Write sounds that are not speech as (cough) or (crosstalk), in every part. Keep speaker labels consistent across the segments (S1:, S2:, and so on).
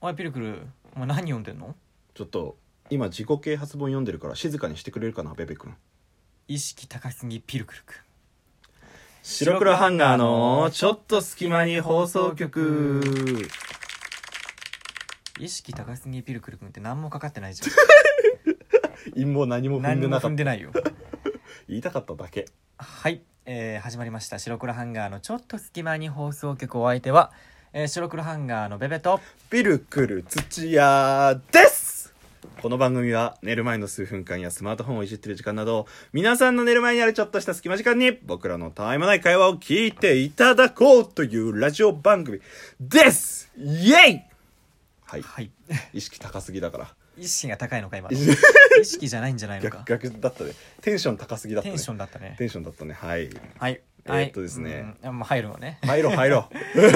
S1: おいピルクルお前何読んでんの
S2: ちょっと今自己啓発本読んでるから静かにしてくれるかなベベ君
S1: 意識高すぎピルクルくん
S2: 白黒ハンガーのちょっと隙間に放送局
S1: 意識高すぎピルクルくんって何もかかってないじゃん
S2: 陰謀何 (laughs) も踏ん
S1: 何
S2: で
S1: も
S2: なか
S1: 踏
S2: っ
S1: ん
S2: た
S1: でないよ
S2: 言いたかっただけ
S1: はい、えー始まりました白黒ハンガーのちょっと隙間に放送局お相手は、えー白黒ハンガーのベベと
S2: ピルクル土屋ですこの番組は寝る前の数分間やスマートフォンをいじってる時間など皆さんの寝る前にあるちょっとした隙間時間に僕らのたわいもない会話を聞いていただこうというラジオ番組ですイエイはい (laughs)
S1: はい
S2: 意識高すぎだから
S1: 意識が高いのか今の
S2: 意
S1: 意識じゃないんじゃないのか
S2: 逆逆だったねテンション高すぎだった
S1: テ
S2: ね
S1: ンションだったね
S2: テンションだったねはい
S1: はい
S2: え
S1: はい
S2: ーっとですね
S1: うんあもう入るわね
S2: 入ろう入ろ (laughs)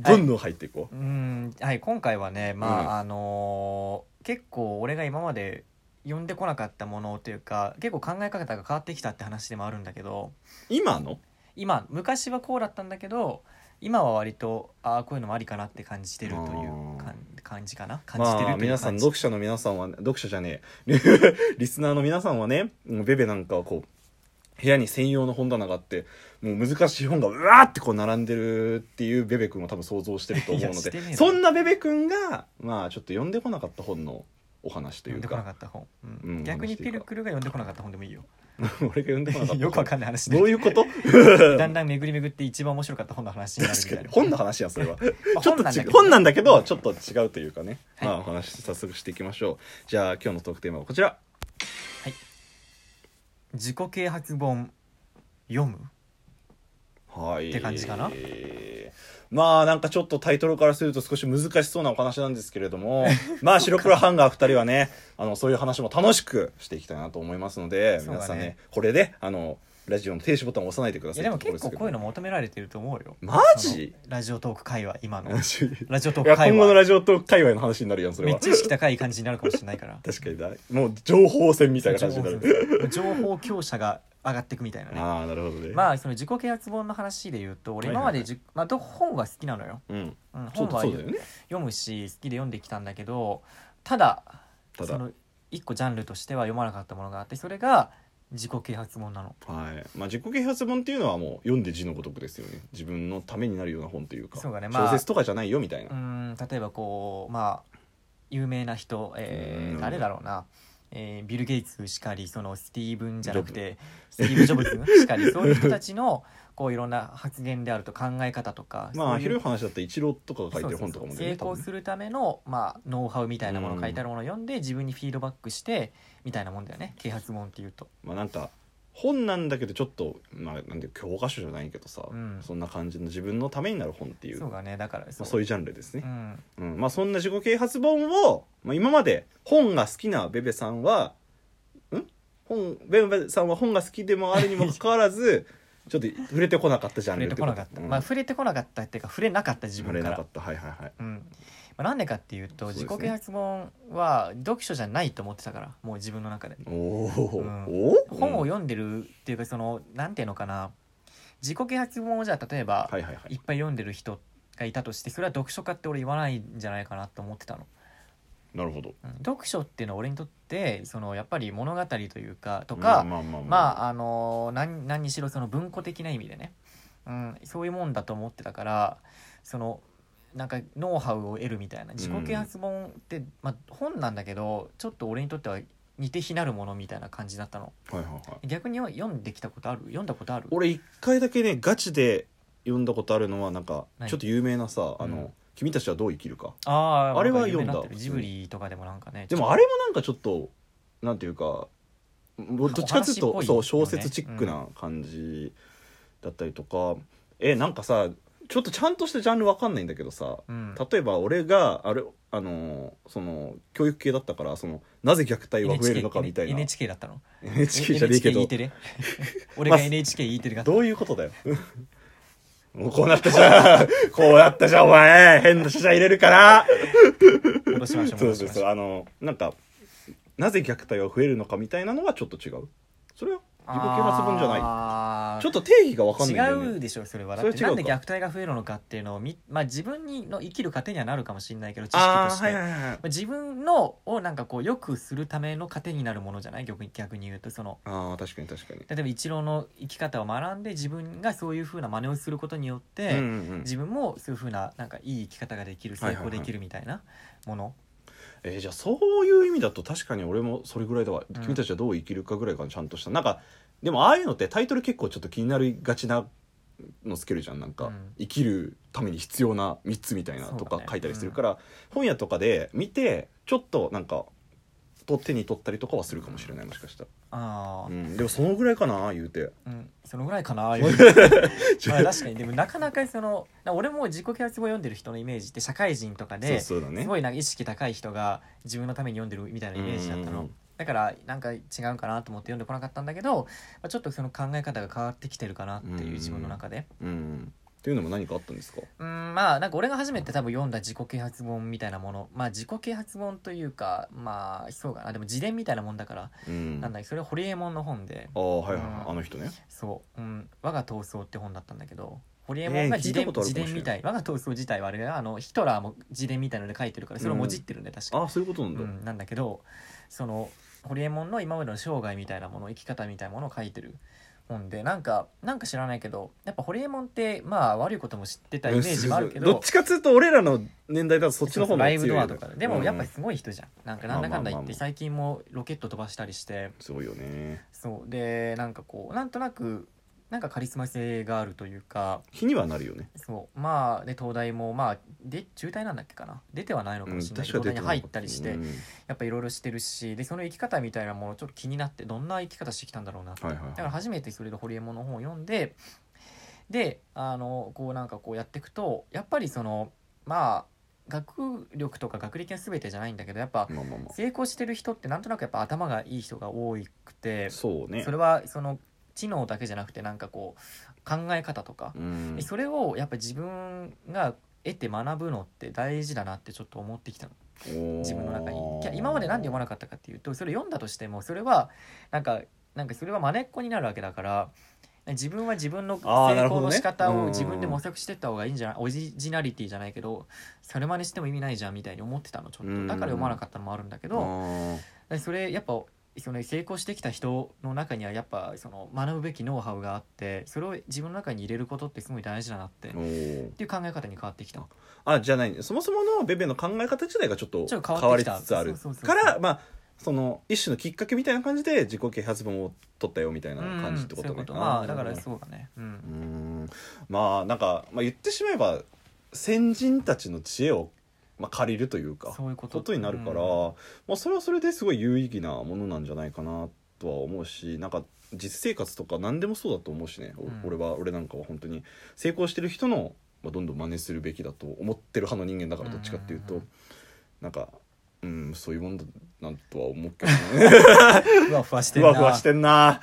S2: うどんどん入っていこう
S1: うんはい今回はねまあ、
S2: うん
S1: あのー結構俺が今まで読んでこなかったものというか結構考え方が変わってきたって話でもあるんだけど
S2: 今の
S1: 今昔はこうだったんだけど今は割とああこういうのもありかなって感じてるというかん感じかな感じてるという
S2: まあ
S1: 感じ
S2: 皆さん読者の皆さんはね読者じゃねえ (laughs) リスナーの皆さんはねもうベベなんかはこう部屋に専用の本棚があってもう難しい本がうわーってこう並んでるっていうベベ君を多分想像してると思う
S1: いや
S2: の
S1: してねえ
S2: で
S1: な
S2: そんなベベ君がまあちょっと読んでこなかった本のお話とい
S1: 読ん
S2: う
S1: でこなか
S2: か
S1: った本、うん
S2: うん
S1: 逆に
S2: 話とい
S1: ピ
S2: うか
S1: ルクルが読んでこなかった本でもいいよ
S2: (laughs) 俺が読んでこなかった
S1: よくわかんない話で
S2: どういうこと (laughs)
S1: だんだん巡り巡って一番面白かった本の話になるみ
S2: 確
S1: た
S2: か
S1: い
S2: に
S1: な
S2: 本の話やそれは
S1: まあ
S2: (laughs) ちょっと
S1: 本なんだ
S2: 違
S1: け
S2: う
S1: ど
S2: 本なんだけどちょっと違うというかね、
S1: はい
S2: まあお話早速していきましょうじゃあ今日のトークテーマはこちら
S1: 自己啓発本読む
S2: はい
S1: って感じかな
S2: まあなんかちょっとタイトルからすると少し難しそうなお話なんですけれども (laughs) まあ白黒ハンガー2人はねあのそういう話も楽しくしていきたいなと思いますので、
S1: そうだね
S2: 皆さんねこれであのラジオの停止ボタンを押さないでくだ
S1: い
S2: さい
S1: やでも結構こういう
S2: の
S1: の求められてると思うよ
S2: マジ
S1: そのラジオトーク会話今の (laughs)
S2: い
S1: ラジオトーク
S2: や
S1: 会
S2: 今後の
S1: 話
S2: ラジオと界隈の話になるやんそれ
S1: めっ
S2: は
S1: ちゃ意識高い感じになるかもしれないから
S2: 確かにだもう情報戦みたいな感じになる
S1: 情報情報強者が上がっていくみたいなね
S2: ああなるほどね
S1: まあその自己啓発本の話で言うと俺今までじゅ、まあど、本は好きなのよ、
S2: うん
S1: うん、
S2: そう
S1: 本
S2: だ
S1: は
S2: そ
S1: 読
S2: うだよね
S1: むし好きで読んできたんだけどただ
S2: た
S1: そ
S2: だ
S1: の一個ジャンルとしては読まなかったものがあってそれが自己啓発本なの
S2: はいまあ、自己啓発本っていうのはもう読んで字のごとくですよね自分のためになるような本というか
S1: そうだねまあ
S2: 小説とかじゃないよみたいう
S1: ー
S2: な、
S1: ん例えばこうまあ有名な人、えー
S2: うん
S1: 誰だろうな、えービル・ゲイツしかりそのスティーブンじゃなくてスティーブン・ジョブズしかりそういう人たちのこういろんな発言であると考え方とか
S2: ま
S1: そう
S2: あ
S1: いう
S2: 広い話だったら一郎とかが書い
S1: そ
S2: て
S1: う
S2: る
S1: そう
S2: 本と
S1: そ
S2: か
S1: う
S2: も
S1: 成
S2: ね
S1: 功するための、まあ、ノウハウみたいなもの
S2: うん
S1: 書いてあるものを読んで自分にフィードバックしてみたいなもんだよね啓発本っていうと。
S2: まあなんか本なんだけどちょっと、まあ、なんで教科書じゃないけどさ、
S1: うん
S2: そんな感じの自分のためになる本っていう
S1: そうだねだから
S2: まあ、そういううジャンルですね、
S1: ん
S2: うんまあ、そんな自己啓発本を、まあ、今まで本が好きなベベさんはん本ベベさんは本が好きでもあるにもかかわらず (laughs) ちょっと触れてこなかったジャン
S1: 触れ
S2: ルってて
S1: こ
S2: こと
S1: なかった、
S2: うん
S1: まあ触れてこなかったっていうか触れなかった自
S2: 触
S1: 分
S2: れ
S1: か
S2: な
S1: ら
S2: かったはいはいはい
S1: うんまあ、なんでかっていうと
S2: そうです
S1: 自
S2: ね
S1: 己啓発本は読書じゃないと思ってたからもう自分の中で
S2: おお、
S1: うん
S2: お
S1: 本を
S2: 読
S1: 読んでるっていうかそのなんていうのかな自己啓発本をじゃあ例えば
S2: はいはいはい
S1: いっぱい読んでる人がいたとしてそれは読書家って俺言わないんじゃないかなと思ってたの、
S2: なるほど
S1: うん読書っていうのは俺にとってそのやっぱり物語というかとか、
S2: うんまあまあまあ、
S1: まああの何何にしろその文庫的な意味でね、うん、そういうもんだと思ってたからそのなんかノウハウを得るみたいな自己啓発本って、まあ、本なんだけどちょっと俺にとっては似て非なるものみたいな感じだったの
S2: はいはいはい
S1: 逆に読んできたことある読んだことある
S2: 俺一回だけねガチで読んだことあるのはなんか
S1: 何
S2: ちょっと有名なさ「あの、
S1: うん
S2: 君たちはどう生きるか
S1: あー
S2: あれ
S1: な
S2: は
S1: んか有名になって
S2: 読ん
S1: る
S2: だ
S1: ジブリとかでもなんかね」
S2: でもあれもなんかちょっとなんていうかもうどっちかっていう
S1: お話っ
S2: と、
S1: ぽいよね
S2: そう小説チックな感じだったりとか、えなんかさちょっとちゃんとしたジャンルわかんないんだけどさ
S1: うん、
S2: 例えば俺があれあのその教育系だったからそのなぜ虐待は増えるのかみたいな
S1: NHK だったの
S2: NHK じゃねえ
S1: NHK
S2: けど
S1: E テレ俺が NHKE テレが
S2: どういうことだよ (laughs) もうこうなったじゃん (laughs) こうなったじゃんお前変な死者入れるから
S1: 戻しましょう
S2: そ
S1: 戻
S2: う
S1: し
S2: そう
S1: まし
S2: そ
S1: ょ
S2: う
S1: う
S2: あのなんかなぜ虐待は増えるのかみたいなのはちょっと違うそれは自己啓発本じゃない
S1: ない
S2: ちょっ
S1: っ
S2: と定義が分かんないんだよ
S1: 違
S2: ね
S1: うでしょそれは
S2: そ
S1: だ
S2: れ
S1: っ
S2: は
S1: てなんで
S2: 違うか
S1: 虐待が増えるのかっていうのをみ、まあ、自分にの生きる糧にはなるかもしれないけど知識
S2: あ
S1: と
S2: あ
S1: し
S2: は
S1: て
S2: いはいはい
S1: まあ自分のをなんかこう良くするための糧になるものじゃない逆に逆に言うとその
S2: ああ確かに確かに、
S1: 例えば一郎の生き方を学んで自分がそういうふうな真似をすることによって、
S2: うんうんうん
S1: 自分もそういうふうななんかいい生き方ができる
S2: はい
S1: 成
S2: はいはい
S1: 功できるみたいなもの、
S2: えーじゃあそういう意味だと確かに俺もそれぐらいだわ、
S1: うん
S2: 君たちはどう生きるかぐらいかなちゃんとしたなんかでもああいうのってタイトル結構ちょっと気になりがちなのつけるじゃんなんか、
S1: うん
S2: 生きるために必要な3つみたいなと
S1: そう
S2: か
S1: だね
S2: 書いたりするから、本屋とかで見てちょっとなんかと手に取ったりとかはするかもしれないもしかした
S1: あ
S2: ら、
S1: あ
S2: うん、でもそのぐらいかな言うて
S1: うん、そのぐらいかな
S2: (laughs)
S1: いうまあ確かにでもなかなかそのな俺も自己啓発本読んでる人のイメージって社会人とかで、
S2: そうそうだね
S1: すごいなんか意識高い人が自分のために読んでるみたいなイメージだった
S2: うんうんう
S1: の、
S2: ん
S1: だからなんか違うかなと思って読んでこなかったんだけど、まあ、ちょっとその考え方が変わってきてるかなっていう自分の中で
S2: うんっていうのも何かあったんですか
S1: うんまあなんか俺が初めて多分読んだ自己啓発本みたいなものまあ自己啓発本というかまあそうかなでも自伝みたいなもんだから、
S2: うん
S1: なんだっけそれはホリエモンの本で
S2: ああはいはい、
S1: うん
S2: あの人ね
S1: そう、うん、我が闘争って本だったんだけどホリエモンが
S2: えー
S1: 自
S2: 聞い
S1: 伝,、
S2: たことある
S1: 自
S2: かもしれない
S1: 伝みたい我が闘争自体はあれだよあのヒトラーも自伝みたいので書いてるからそれをもじってるんで、確か
S2: ああそういうことなんだ、
S1: うん、なんだけどそのホリエモンの今までの生涯みたいなもの生き方みたいなものを書いてる本でなんかなんか知らないけどやっぱホリエモンってまあ悪いことも知ってたイメージもあるけど、
S2: どっちかっつうと俺らの年代だとそっちの方が
S1: ラ
S2: 強い
S1: イブ
S2: よね
S1: ドアとかででもやっぱ
S2: うん
S1: すごい人じゃんなんかなんだかんだ言
S2: まあまあま
S1: っ
S2: あま
S1: て
S2: あ
S1: 最近もロケット飛ばしたりして
S2: すごいよね
S1: そうでなんかこうなんとなくなんかカリスマ性があるというか
S2: 気にはなるよね
S1: そうまあで東大もまあで中退なんだっけかな出てはないのか
S2: う
S1: も
S2: ん
S1: しれないけ
S2: 確か
S1: ど、
S2: 出
S1: 東
S2: て
S1: 大
S2: な
S1: に
S2: かった
S1: 入ったりして、
S2: うん
S1: やっぱいろいろしてるしでその生き方みたいなものちょっと気になってどんな生き方してきたんだろうなって、
S2: はいはいはい
S1: だから初めてそれでホリエモンの本を読んでであのこうなんかこうやっていくとやっぱりそのまあ学力とか学歴は全てじゃないんだけどやっぱ
S2: まあまあま
S1: 成功してる人ってなんとなくやっぱ頭がいい人が多くて
S2: あそうね
S1: それはその知能だけじゃなくてなんかこう考え方とか
S2: うん
S1: でそれをやっぱ自分が得て学ぶのって大事だなってちょっと思ってきたの。自分の中にきゃ今まで何で読まな
S2: か
S1: かったかっていうとそれ読んだとしてもそれはなんかなんかそれはまねっこになるわけだから自分は自分の
S2: あーな
S1: 成
S2: るほ
S1: 功
S2: ど
S1: の
S2: ね
S1: 仕方
S2: うんうんう
S1: を
S2: ん
S1: 自分で模索してった方がいいんじゃないオリジナリティじゃないけどそれ真似しても意味ないじゃんみたいに思ってたのちょっ
S2: うんう
S1: と
S2: んうん
S1: だから読まなかったのもあるんだけどでそれやっぱその成功してきた人の中にはやっぱその学ぶべきノウハウがあってそれを自分の中に入れることってすごい大事だなって。っていう考え方に変わってきた。
S2: あじゃないそもそものベベの考え方自体がちょっと
S1: ちょっと
S2: 変
S1: 変
S2: わ
S1: わっ
S2: り
S1: てきた
S2: つつある
S1: そうそうそうそう
S2: からまあその一種のきっかけみたいな感じで自己啓発本を取ったよみたいな感じってこ
S1: う
S2: と
S1: んそういう
S2: ね
S1: こと。ま
S2: ー
S1: あだから
S2: なるほどね
S1: そうだね。うん
S2: うーんまあなんか、まあ、言ってしまえば先人たちの知恵を、まあ、借りるというか
S1: そういうこと
S2: ことになるから、
S1: うん
S2: まあ、それはそれですごい有意義なものなんじゃないかなとは思うしなんか実生活とか何でもそうだと思うしね、お
S1: うん
S2: 俺は俺なんかは本当に成功してる人の、まあ、どんどん真似するべきだと思ってる派の人間だからどっちかっていうと、
S1: うん
S2: なんか。うん、そういうもんだなんとは思うけどね
S1: ふわふわ (laughs) して
S2: ふ (laughs)
S1: んな
S2: わふわしてんな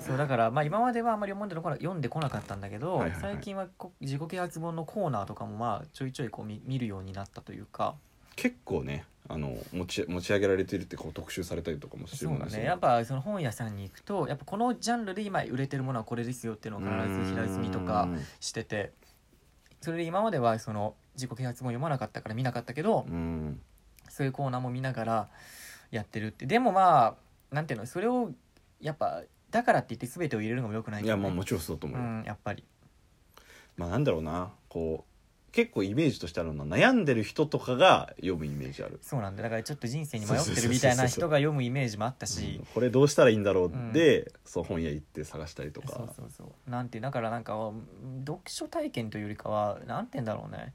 S1: そうだから、まあ、今まではあんまり読んでこな読んでこなかったんだけど、
S2: はいはいはい
S1: 最近はこ自己啓発本のコーナーとかもまあちょいちょいこう見見るようになったというか
S2: 結構ねあの持ち持ち上げられてるってこう特集されたりとかもして
S1: そう
S2: るもん
S1: だ
S2: です
S1: ねやっぱその本屋さんに行くとやっぱこのジャンルで今売れてるものはこれですよっていうのを必ず平積みとかしててそれで今まではその自己啓発本読まなかったから見なかったけど
S2: う、ん
S1: そういうコーナーも見ながらやってるってでもまあなんていうのそれをやっぱだからって言って全てを入れるのもよくない
S2: い
S1: から
S2: や
S1: ね
S2: まあもちろんそうだと思うよ、
S1: うん、やっぱり。
S2: まあなんだろうなこう結構イメージとしてあるのは悩んでる人とかが読むイメージある、
S1: そうなんだだからちょっと人生に迷ってるみたいな人が読むイメージもあった
S2: う
S1: し
S2: んこれどうしたらいいんだろう、
S1: ん
S2: でそう本屋行って探したりとか
S1: そうそうそうなんてだからなんかうん読書体験というよりかはなんて言うんだろうね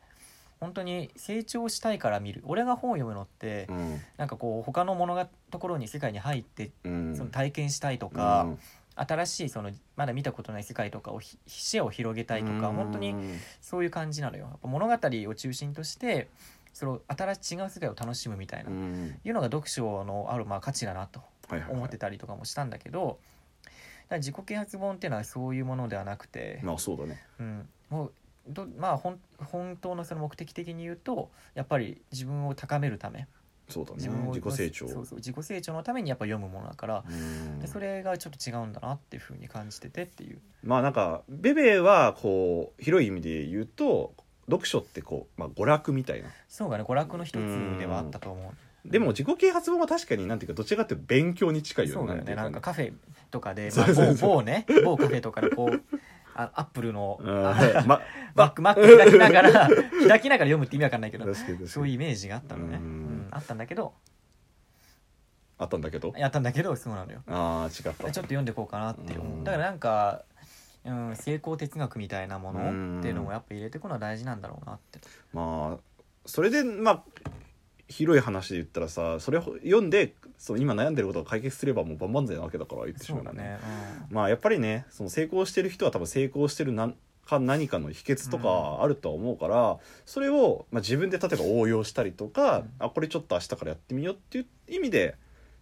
S1: 本当に成長したいから見る俺が本を読むのって、
S2: うん
S1: なんかこう他のものがところに世界に入って
S2: うん
S1: その体験したいとか、新しいそのまだ見たことない世界とかをひ視野を広げたいとか、本当にそういう感じなのよやっぱ物語を中心としてその新しい違う世界を楽しむみたいな、
S2: うんうん
S1: いうのが読書のあるまあ価値だなと
S2: はいはい、
S1: 思
S2: は
S1: ってたりとかもしたんだけどだから自己啓発本っていうのはそういうものではなくて
S2: い、、まあそうだね
S1: うん、もうどまあほん本当のその目的的に言うとやっぱり自分を高めるため
S2: そうだね
S1: 自分を
S2: 自己成長
S1: そうそう自己成長のためにやっぱ読むものだから、
S2: うん
S1: でそれがちょっと違うんだなっていうふうに感じててっていう
S2: まあなんかベベはこう広い意味で言うと読書ってこう、まあ、娯楽みたいな
S1: そうがね娯楽の一つではあったと思
S2: でも自己啓発本は確かになんていうかどちらかというと勉強に近
S1: う
S2: いよ
S1: そうだよねなんかカフェとかで、
S2: そ
S1: ま
S2: う
S1: あ、
S2: そうそう
S1: 某某ね某カフェとかでこうあアップルの
S2: うん
S1: あ
S2: ま
S1: マックマック開きながら
S2: (laughs)
S1: 開きながら読むって意味わかんないけど
S2: 確かに確かに
S1: そういうイメージがあったのね、
S2: う
S1: うんんあったんだけど
S2: あったんだけど
S1: やったんだけどそうなのよ
S2: ああ違っ
S1: ちょ
S2: た
S1: っと読んでいこうかなって思う、
S2: うん
S1: だからなんか、うん、成功哲学みたいなも
S2: うん
S1: のっていうのもやっぱ入れてくのは大事なんだろうなって
S2: まあそれでまあ広い話で言ったらさそれを読んでその今悩んでることを解決すればもう万々歳なわけだから言ってし
S1: そ
S2: ま
S1: う
S2: えば
S1: だ
S2: ね
S1: ね、
S2: まあやっぱりねその成功してる人は多分成功してるなんか何かの秘訣とかあるとは思うから、それを、まあ、自分で例えば応用したりとか、
S1: うん
S2: あこれちょっと明日からやってみようっていう意味で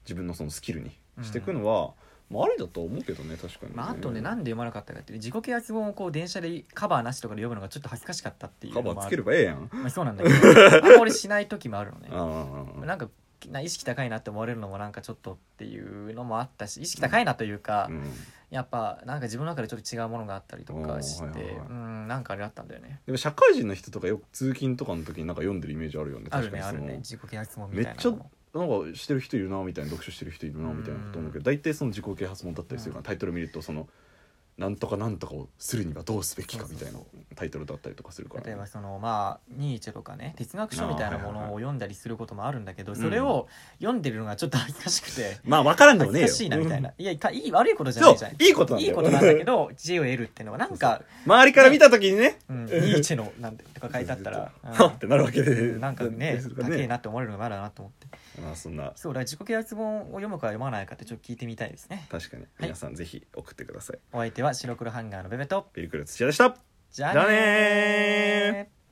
S2: 自分のそのスキルにしていくのは、まあ、ありだと思うけどね確かに、
S1: うんまあ、あとねなんで読まなかったかっていう自己啓発本をこう電車でカバーなしとかで読むのがちょっと恥ずかしかったっていう
S2: カ
S1: のも
S2: バ
S1: あ
S2: ーつければええやん。
S1: まあ、そうなんだけど (laughs) あんま俺しない時もあるのね
S2: あ
S1: なんかな意識高いなって思われるのもなんかちょっとっていうのもあったし意識高いなというか、
S2: あ、うん
S1: やっぱなんか自分の中でちょっと違うものがあったりとかして、
S2: おーはいはいはい
S1: うんなんかあれだったんだよね
S2: でも社会人の人とかよく通勤とかの時になんか読んでるイメージあるよね
S1: ある
S2: 確か
S1: ね
S2: に
S1: あ
S2: そ
S1: るね
S2: の
S1: 自己啓発本み
S2: め
S1: た
S2: っ
S1: いな
S2: ちゃ
S1: のも
S2: なんかしてる人いるなみたいな読書してる人いるなみたいなこと思うけど大体その自己啓発本だったりするからタイトル見るとその「なんとかなんとかをするにはどうすべきか」みたい
S1: そ
S2: な
S1: う
S2: タイトルだったりとかするからね
S1: 例えばそのまあニーチェとかね哲学書みたいなも
S2: あーはいはい
S1: の
S2: は
S1: を読んだりすることもあるんだけど、
S2: ん
S1: それを読んでるのがちょっと恥ずかしくて、
S2: まあ分からんでも
S1: 恥
S2: ねえ
S1: ず
S2: よ
S1: かしいなみたいな、いやかいい悪いことじゃ
S2: そ
S1: な
S2: う
S1: いじゃん
S2: いいことなん
S1: い
S2: だよ
S1: いことなんだけど知恵を得るっていうのはなんか
S2: (laughs) 周りから見た時にね
S1: うん、ニーチェのなんてとか書いてあった
S2: (laughs)
S1: ら、
S2: 「はっ!」ってなるわけ
S1: う
S2: で
S1: んなんかね
S2: するら
S1: 高えなって思われるのがあるなと思って
S2: まあそんな
S1: そうだから自己啓発本を読むか読まないかってちょっと聞いてみたいですね
S2: 確かに皆さんぜひ送ってください
S1: お相手は白黒ハンガーのベベと
S2: ビリクル土屋でした
S1: じゃあ
S2: じゃあね
S1: ねー